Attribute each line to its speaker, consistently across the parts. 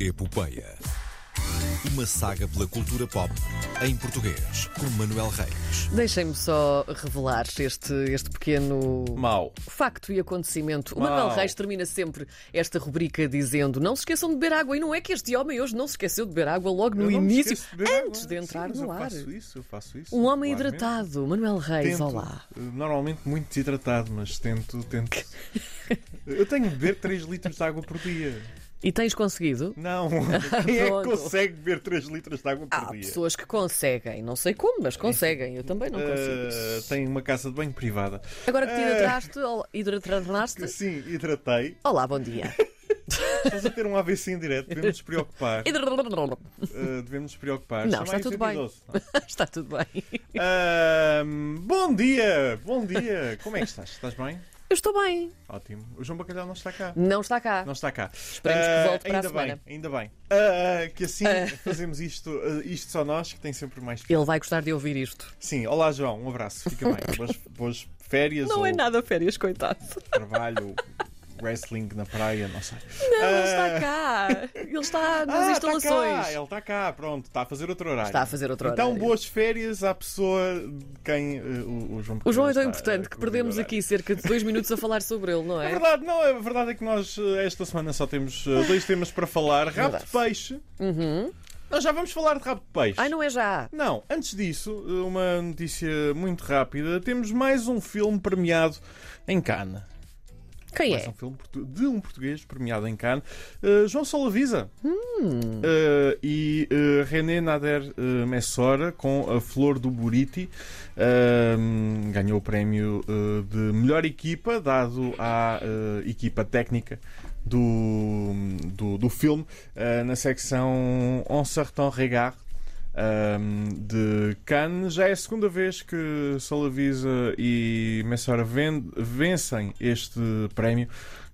Speaker 1: Epopeia. Uma saga pela cultura pop em português, com Manuel Reis.
Speaker 2: Deixem-me só revelar este, este pequeno
Speaker 3: Mau.
Speaker 2: facto e acontecimento. O
Speaker 3: Mau.
Speaker 2: Manuel Reis termina sempre esta rubrica dizendo: Não se esqueçam de beber água. E não é que este homem hoje não se esqueceu de beber água logo no início, antes de entrar
Speaker 3: Sim, mas
Speaker 2: no ar.
Speaker 3: Eu faço isso, eu faço isso.
Speaker 2: Um homem
Speaker 3: claramente.
Speaker 2: hidratado, Manuel Reis,
Speaker 3: Tento,
Speaker 2: olá.
Speaker 3: eh, Normalmente muito desidratado, mas tento, tento. eu tenho de beber 3 litros de água por dia.
Speaker 2: E tens conseguido?
Speaker 3: Não. Quem é que
Speaker 2: Pronto. Ah,
Speaker 3: consegue beber 3 litros de água por
Speaker 2: Há
Speaker 3: dia?
Speaker 2: pessoas que conseguem, não sei como, mas conseguem. Eu também não
Speaker 3: Eh,
Speaker 2: consigo.
Speaker 3: tem uma casa de banho privada.
Speaker 2: Agora que te
Speaker 3: eh,
Speaker 2: hidrataste, ol- hidrataste.
Speaker 3: Sim, hidratei.
Speaker 2: Olá, bom dia.
Speaker 3: Estás a ter um AVC em direto, devemos nos preocupar. Eh, devemos nos preocupar.
Speaker 2: Não,
Speaker 3: Chamar
Speaker 2: está tudo bem.
Speaker 3: 112, não é?
Speaker 2: Está tudo bem.
Speaker 3: Ahm, bom dia, bom dia. Como é que estás? Estás bem?
Speaker 2: Eu estou bem.
Speaker 3: Ótimo. O João Bacalhau não está cá.
Speaker 2: Não está cá.
Speaker 3: Não está cá.
Speaker 2: Esperemos que
Speaker 3: Ah,
Speaker 2: volte para a
Speaker 3: ainda
Speaker 2: semana.
Speaker 3: Bem, ainda bem. Ah, ah, que assim fazemos isto, ah, isto só nós, que tem sempre mais.
Speaker 2: Ele vai gostar de ouvir isto.
Speaker 3: Sim, olá João, um abraço, fica bem. Boas, boas férias
Speaker 2: Não
Speaker 3: ou
Speaker 2: é nada férias, coitado.
Speaker 3: trabalho, wrestling na praia, não sei.
Speaker 2: Não, ele
Speaker 3: Ah.
Speaker 2: está cá. Ele está nas
Speaker 3: Ah, está
Speaker 2: instalações.
Speaker 3: cá, ele está cá, pronto, está a fazer outro horário.
Speaker 2: Está a fazer outro
Speaker 3: então,
Speaker 2: horário.
Speaker 3: boas férias à pessoa de quem ah, o, o João
Speaker 2: O João é
Speaker 3: está ah,
Speaker 2: tão
Speaker 3: a
Speaker 2: importante que
Speaker 3: cobrir
Speaker 2: perdemos
Speaker 3: horário.
Speaker 2: aqui cerca de dois minutos a falar sobre ele, não
Speaker 3: É
Speaker 2: é?
Speaker 3: verdade, não, a verdade é que nós eh, esta semana só temos eh, dois temas para falar: rabo de
Speaker 2: Verdade. Uhum.
Speaker 3: peixe. Nós já vamos falar de rabo de peixe.
Speaker 2: Ai, não é já.
Speaker 3: Não, antes disso, eh, uma notícia muito rápida: temos mais um filme premiado em Cannes.
Speaker 2: Quem
Speaker 3: Mais
Speaker 2: é?
Speaker 3: um filme portu- de um português premiado em Cannes, eh, João Solavisa. Eh, e eh, René Nader eh, Messora com A Flor do Buriti. Eh, ganhou o prémio eh, de melhor equipa, dado à eh, equipa técnica. Do, do, do filme eh, na secção On Certain Regard um, de Cannes. Já é a segunda vez que Solavisa e Messora ven- vencem este prémio.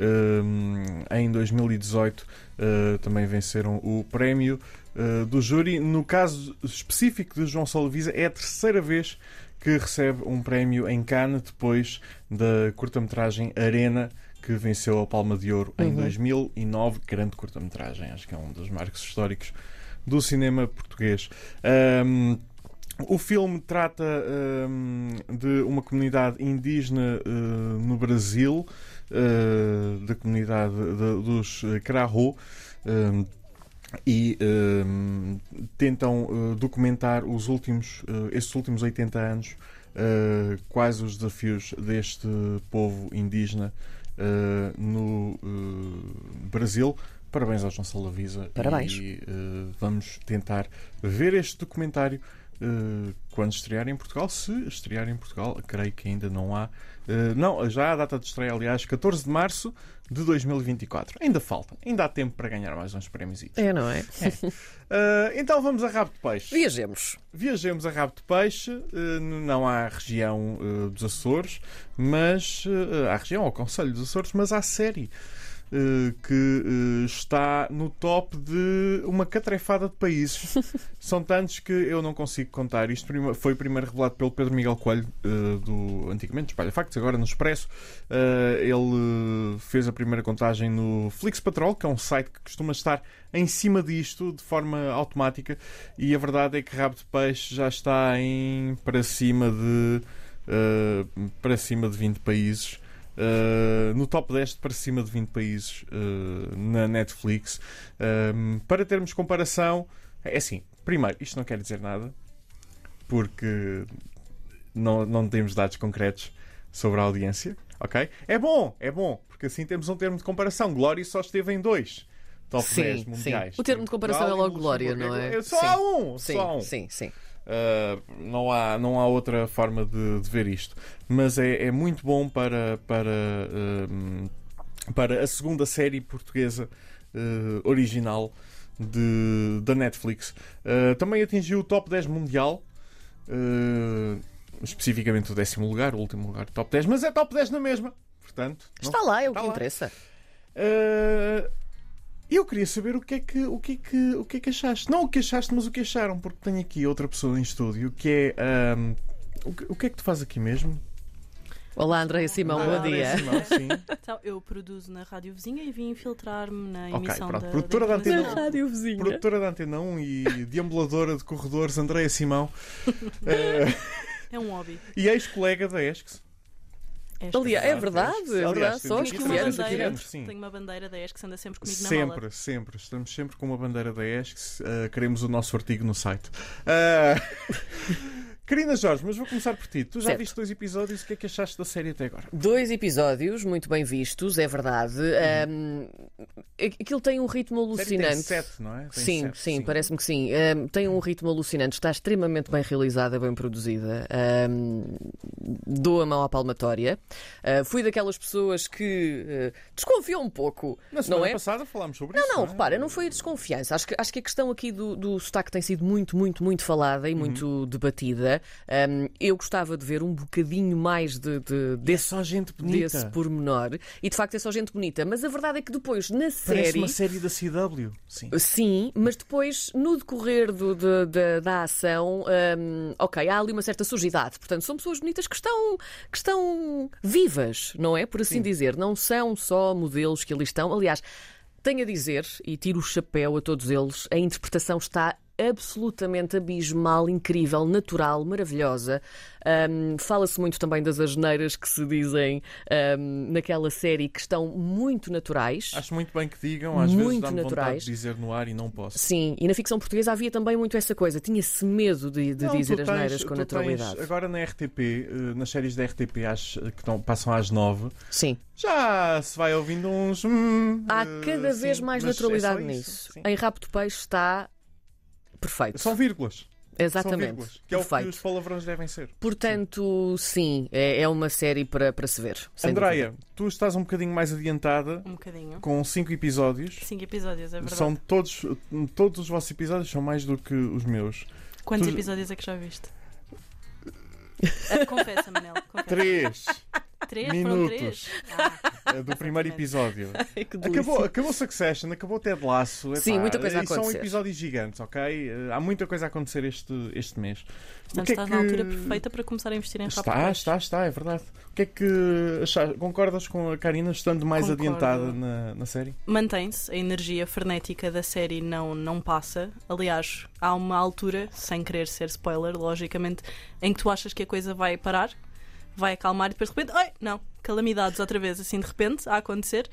Speaker 3: Um, em 2018 uh, também venceram o prémio uh, do júri. No caso específico de João Solavisa, é a terceira vez que recebe um prémio em Cannes depois da curta-metragem Arena. Que venceu a Palma de Ouro em
Speaker 2: Uhum.
Speaker 3: 2009, grande curta-metragem, acho que é um dos marcos históricos do cinema português. Ahm, o filme trata ahm, de uma comunidade indígena eh, no Brasil, eh, da comunidade de- dos eh, Krahô, ahm, e ahm, tentam eh, documentar os últimos, eh, estes últimos 80 anos, eh, quais os desafios deste povo indígena eh, no eh, Brasil. Parabéns ao João Salavisa.
Speaker 2: Parabéns.
Speaker 3: E eh, vamos tentar ver este documentário eh, quando estrear em Portugal. Se estrear em Portugal, creio que ainda não há. eh, não, já há a data de estreia, aliás, 14 de março de 2024. Ainda falta, ainda há tempo para ganhar mais uns prémios.
Speaker 2: É, não é?
Speaker 3: Ah, então vamos a rabo de peixe.
Speaker 2: Viajemos.
Speaker 3: Viajemos a rabo de peixe. ah, n- não há a região ah, dos Açores, mas ah, há a região ao Conselho dos Açores, mas há a série ah, que ah, está no top de uma catrefada de países. São tantos que eu não consigo contar. Isto prima- foi primeiro revelado pelo Pedro Miguel Coelho, eh, do antigamente Espalha Factos, agora no Expresso. Eh, ele eh, fez a primeira contagem no Flix Patrol, que é um site que costuma estar em cima disto de forma automática. E a verdade é que Rabo de Peixe já está em para cima de eh, para cima de 20 países. eh, no top 10 para cima de 20 países eh, na Netflix. Um, para termos comparação, é assim, primeiro, isto não quer dizer nada, porque não, não temos dados concretos sobre a audiência, ok? É bom, é bom, porque assim temos um termo de comparação. Glória só esteve em dois top
Speaker 2: Sim,
Speaker 3: 10
Speaker 2: sim.
Speaker 3: mundiais.
Speaker 2: O termo de comparação
Speaker 3: Portugal
Speaker 2: é logo
Speaker 3: e
Speaker 2: Glória,
Speaker 3: Luxemburgo.
Speaker 2: não é?
Speaker 3: Só
Speaker 2: Sim.
Speaker 3: há um, só há um.
Speaker 2: Sim, sim, sim.
Speaker 3: Uh, não, há, não há outra forma de, de ver isto. Mas é, é muito bom para, para, um, para a segunda série portuguesa uh, original de, da Netflix. Uh, também atingiu o top 10 mundial. uh, especificamente o décimo lugar, o último lugar do top 10, mas é top 10 na mesma. Portanto, não-
Speaker 2: Está lá, é o
Speaker 3: Está
Speaker 2: que
Speaker 3: lá.
Speaker 2: interessa.
Speaker 3: Uh, eu queria saber o que, é que, o, que é que, o que é que achaste. Não o que achaste, mas o que acharam, porque tenho ah, aqui outra pessoa em estúdio que é. um, o, que, o que é que tu fazes aqui mesmo?
Speaker 2: Olá, Andréia Simão,
Speaker 3: Olá,
Speaker 2: Ah, bom dia.
Speaker 3: Ah, Andréia Simão, sim.
Speaker 4: Então, eu produzo na Rádio Vizinha e vim infiltrar-me na
Speaker 3: Ok,
Speaker 4: emissão
Speaker 3: pronto.
Speaker 4: da,
Speaker 3: Produtora da Antena
Speaker 4: Internacional.
Speaker 2: Rádio Vizinha.
Speaker 3: Produtora da Antena 1 e deambuladora de corredores, Andréia Simão. Eh,
Speaker 4: É um hobby.
Speaker 3: e ex-colega da ESCS.
Speaker 4: Esta-
Speaker 2: Aliás, é verdade, é
Speaker 3: Aliás,
Speaker 2: verdade.
Speaker 3: temos
Speaker 2: Só
Speaker 3: aqui
Speaker 2: os
Speaker 4: tenho aqui uma
Speaker 3: crianças
Speaker 2: crianças aqui
Speaker 4: bandeira,
Speaker 2: dentro.
Speaker 3: dentro, sim.
Speaker 4: tenho uma bandeira da ESC que anda sempre comigo na mala.
Speaker 3: Sempre, sempre. Estamos sempre com uma bandeira da ESC. eh, queremos o nosso artigo no site. Ah, Carina Jorge, mas vou começar por ti. Tu já
Speaker 2: Certo.
Speaker 3: viste dois episódios. O que é que achaste da série até agora?
Speaker 2: Dois episódios muito bem vistos, é verdade. Um, aquilo tem um ritmo
Speaker 3: A Uhum. série Tem
Speaker 2: alucinante.
Speaker 3: sete, não é? Tem
Speaker 2: sim,
Speaker 3: sete,
Speaker 2: sim, parece-me que sim. Ahm, tem um ritmo alucinante, está extremamente bem realizada, bem produzida. Ahm, dou a mão à palmatória. Ah, fui daquelas pessoas que eh, desconfiou um pouco,
Speaker 3: Na semana
Speaker 2: não é?
Speaker 3: passada falámos sobre
Speaker 2: Não,
Speaker 3: isso.
Speaker 2: não,
Speaker 3: é?
Speaker 2: repara, não foi a desconfiança. Acho que, acho que a questão aqui do, do sotaque tem sido muito, muito, muito falada e
Speaker 3: Uhum.
Speaker 2: muito debatida. Ahm, eu gostava de ver um bocadinho mais de, de-
Speaker 3: É
Speaker 2: desse
Speaker 3: só gente bonita.
Speaker 2: desse pormenor. E de facto é só gente bonita. Mas a verdade é que depois, na
Speaker 3: Parece
Speaker 2: série.
Speaker 3: uma série da CW. Sim.
Speaker 2: Sim, mas depois, no decorrer do- de- de- da ação, hum, ok, há ali uma certa sujidade. Portanto, são pessoas bonitas que estão, que estão vivas, não é? Por assim dizer. Não são só modelos que ali estão. Aliás, tenho a dizer, e tiro o chapéu a todos eles, a interpretação está absolutamente abismal, incrível, natural, maravilhosa. Hum, Fala-se muito também das asneiras que se dizem hum, naquela série que estão muito naturais.
Speaker 3: Acho muito bem que digam, às vezes
Speaker 2: Muito
Speaker 3: dá-me vontade
Speaker 2: naturais.
Speaker 3: de dizer no ar e não posso.
Speaker 2: Sim, e na ficção portuguesa havia também muito essa coisa. Tinha-se medo de, de
Speaker 3: Não,
Speaker 2: dizer
Speaker 3: tu
Speaker 2: as
Speaker 3: tens-
Speaker 2: neiras com
Speaker 3: tu
Speaker 2: naturalidade.
Speaker 3: tens agora na RTP, eh, nas séries da RTP às- eh, que estão- passam às nove,
Speaker 2: Sim.
Speaker 3: já se vai ouvindo uns. hum,
Speaker 2: Há
Speaker 3: eh,
Speaker 2: cada
Speaker 3: sim,
Speaker 2: vez mais
Speaker 3: mas é
Speaker 2: naturalidade
Speaker 3: só isso,
Speaker 2: nisso.
Speaker 3: sim.
Speaker 2: Em Rapto de Peixe está perfeito.
Speaker 3: São vírgulas. São
Speaker 2: Exatamente.
Speaker 3: vírgulas. Que é o que
Speaker 2: perfeito.
Speaker 3: os palavrões devem ser.
Speaker 2: Portanto, sim, é, é uma série para, para se ver. sem
Speaker 3: Andreia, tu estás um bocadinho mais adiantada
Speaker 4: Um bocadinho.
Speaker 3: com cinco episódios.
Speaker 4: Cinco episódios, é verdade.
Speaker 3: São todos, todos os vossos episódios são mais do que os meus.
Speaker 4: Quantos
Speaker 3: tu-
Speaker 4: episódios é que já viste? Ah, Confessa, Manel. confessa.
Speaker 3: Três
Speaker 4: Três? Foram
Speaker 3: minutos.
Speaker 4: três? Ah,
Speaker 3: eh, do primeiro episódio.
Speaker 2: dúvida. Ai, que delícia.
Speaker 3: Acabou, acabou Succession, acabou Ted Lasso.
Speaker 2: Sim,
Speaker 3: epá,
Speaker 2: muita coisa a
Speaker 3: e São
Speaker 2: acontecer.
Speaker 3: episódios gigantes, ok? Eh, Há muita coisa a acontecer este, este mês. O
Speaker 4: portanto,
Speaker 3: que é
Speaker 4: estás na
Speaker 3: que-
Speaker 4: altura perfeita para começar a investir em rapa
Speaker 3: Está, está, está, é verdade. O que é que achas? Concordas com a Karina estando mais
Speaker 4: Concordo.
Speaker 3: adiantada na, na série?
Speaker 4: Mantém-se, a energia frenética da série não, não passa. Aliás, há uma altura, sem querer ser spoiler, logicamente, em que tu achas que a coisa vai parar, vai acalmar e depois de repente, ai, não, calamidades outra vez, assim de repente, a acontecer.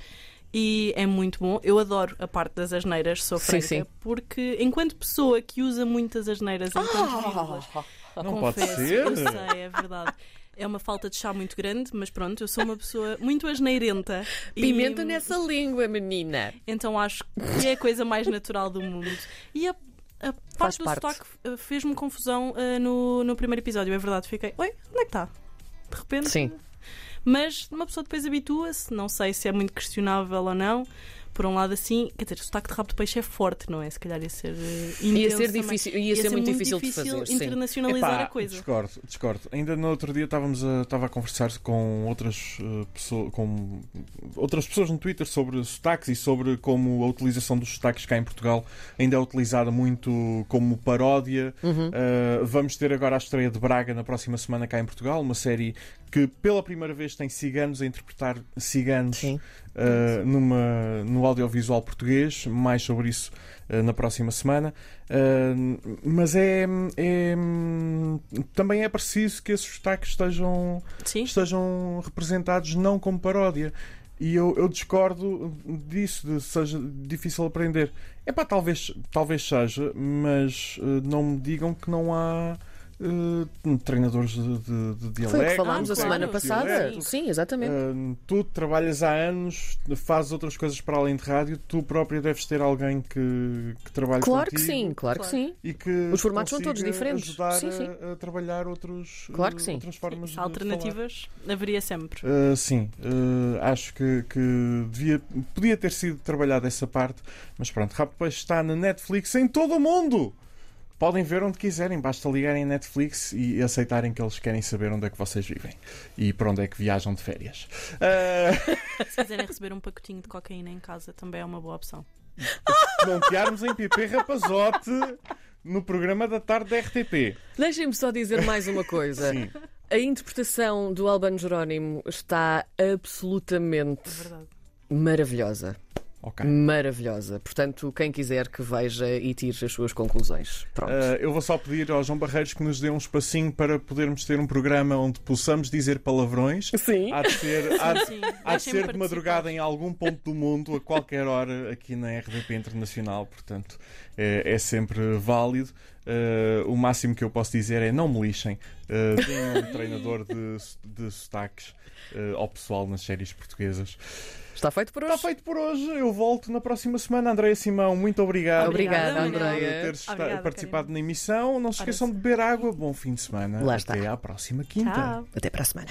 Speaker 4: E é muito bom. Eu adoro a parte das asneiras, sou
Speaker 2: Sim,
Speaker 4: franca,
Speaker 2: sim.
Speaker 4: porque enquanto pessoa que usa muitas asneiras enquanto vírgulas,
Speaker 3: Não pode
Speaker 4: confesso,
Speaker 3: ser.
Speaker 4: Eu sei, é verdade. É uma falta de chá muito grande, mas pronto, eu sou uma pessoa muito asneirenta. e-
Speaker 2: Pimenta é nessa língua, menina.
Speaker 4: então acho que é a coisa mais natural do mundo. E a, a
Speaker 2: Faz
Speaker 4: parte do
Speaker 2: parte.
Speaker 4: sotaque eh, fez-me confusão eh, no, no primeiro episódio, é verdade. Fiquei, oi, onde é que está? De repente.
Speaker 2: Sim.
Speaker 4: Mas uma pessoa depois habitua-se, não sei se é muito questionável ou não. Por um lado, assim, quer dizer, o sotaque de rabo de peixe é forte, não é? Se calhar ia ser. eh,
Speaker 2: Ia
Speaker 4: intenso
Speaker 2: ser,
Speaker 4: também.
Speaker 2: difícil, ia ser muito difícil de fazer. Sim.
Speaker 4: internacionalizar
Speaker 3: Epá,
Speaker 4: a coisa.
Speaker 3: Discordo, discordo. Ainda no outro dia estávamos a, estava a conversar com outras, eh, pessoa- com outras pessoas no Twitter sobre sotaques e sobre como a utilização dos sotaques cá em Portugal ainda é utilizada muito como paródia.
Speaker 4: Uhum.
Speaker 3: Eh, vamos ter agora a estreia de Braga na próxima semana cá em Portugal, uma série que pela primeira vez tem ciganos a interpretar ciganos
Speaker 2: Sim.
Speaker 3: eh, numa, no audiovisual português. Mais sobre isso eh, na próxima semana. Uh, mas é, é- Também é preciso que esses sotaques estejam,
Speaker 4: Sim,
Speaker 3: estejam representados não como paródia. E eu, eu discordo disso, de seja difícil aprender. É pá, talvez, talvez seja, mas uh, não me digam que não há. uh, treinadores de, de, de dialecto.
Speaker 2: Foi o que falámos a
Speaker 4: claro,
Speaker 2: semana
Speaker 4: sim.
Speaker 2: passada.
Speaker 4: Dialecto.
Speaker 2: Sim, exatamente.
Speaker 3: Uh, tu trabalhas há anos, fazes outras coisas para além de rádio, tu própria deves ter alguém que, que trabalhe
Speaker 2: Claro que
Speaker 3: contigo
Speaker 2: sim, claro que
Speaker 4: Claro.
Speaker 2: sim.
Speaker 3: e que
Speaker 2: Os formatos são
Speaker 3: consiga
Speaker 2: todos diferentes.
Speaker 3: ajudar
Speaker 2: Sim, sim.
Speaker 3: A, a trabalhar outros,
Speaker 2: Claro
Speaker 3: eh,
Speaker 2: que sim.
Speaker 3: outras formas de
Speaker 4: alternativas haveria sempre.
Speaker 3: falar. Eh, sim, eh, acho que, que devia, podia ter sido trabalhada essa parte, mas pronto, Rápido Peixe está na Netflix em todo o mundo. Podem ver onde quiserem, basta ligarem a Netflix e aceitarem que eles querem saber onde é que vocês vivem e para onde é que viajam de férias. Eh,
Speaker 4: Se quiserem receber um pacotinho de cocaína em casa, também é uma boa opção.
Speaker 3: não tearmos em Pipe Rapazote. no programa da tarde da RTP.
Speaker 2: Deixem-me só dizer mais uma coisa. A interpretação do Albano Jerónimo está absolutamente
Speaker 4: Verdade.
Speaker 2: maravilhosa.
Speaker 3: Ok.
Speaker 2: Maravilhosa. Portanto, quem quiser que veja e tire as suas conclusões. Pronto.
Speaker 3: Ah, eu vou só pedir ao João Barreiros que nos dê um espacinho para podermos ter um programa onde possamos dizer palavrões.
Speaker 2: Sim.
Speaker 3: Há de ser, há de-
Speaker 4: Sim,
Speaker 3: há de,
Speaker 4: deixem-me
Speaker 3: ser de
Speaker 4: participar.
Speaker 3: madrugada em algum ponto do mundo, a qualquer hora, aqui na RDP Internacional. Portanto, é, é sempre válido. Ah, o máximo que eu posso dizer é não me lixem. Ah, Deem um treinador de, de sotaques ah, ao pessoal nas séries portuguesas.
Speaker 2: Está feito por hoje.
Speaker 3: Está feito por hoje. Eu volto na próxima semana. Andréia Simão, muito obrigado.
Speaker 2: Obrigada,
Speaker 4: Obrigada,
Speaker 3: por
Speaker 2: Andréia.
Speaker 3: teres esta-
Speaker 4: Obrigada,
Speaker 3: participado na emissão. Não se
Speaker 4: Ora,
Speaker 3: esqueçam de beber água. Bom fim de semana.
Speaker 2: Lá
Speaker 3: Até
Speaker 2: está.
Speaker 3: à próxima quinta.
Speaker 4: Tchau.
Speaker 2: Até para a semana.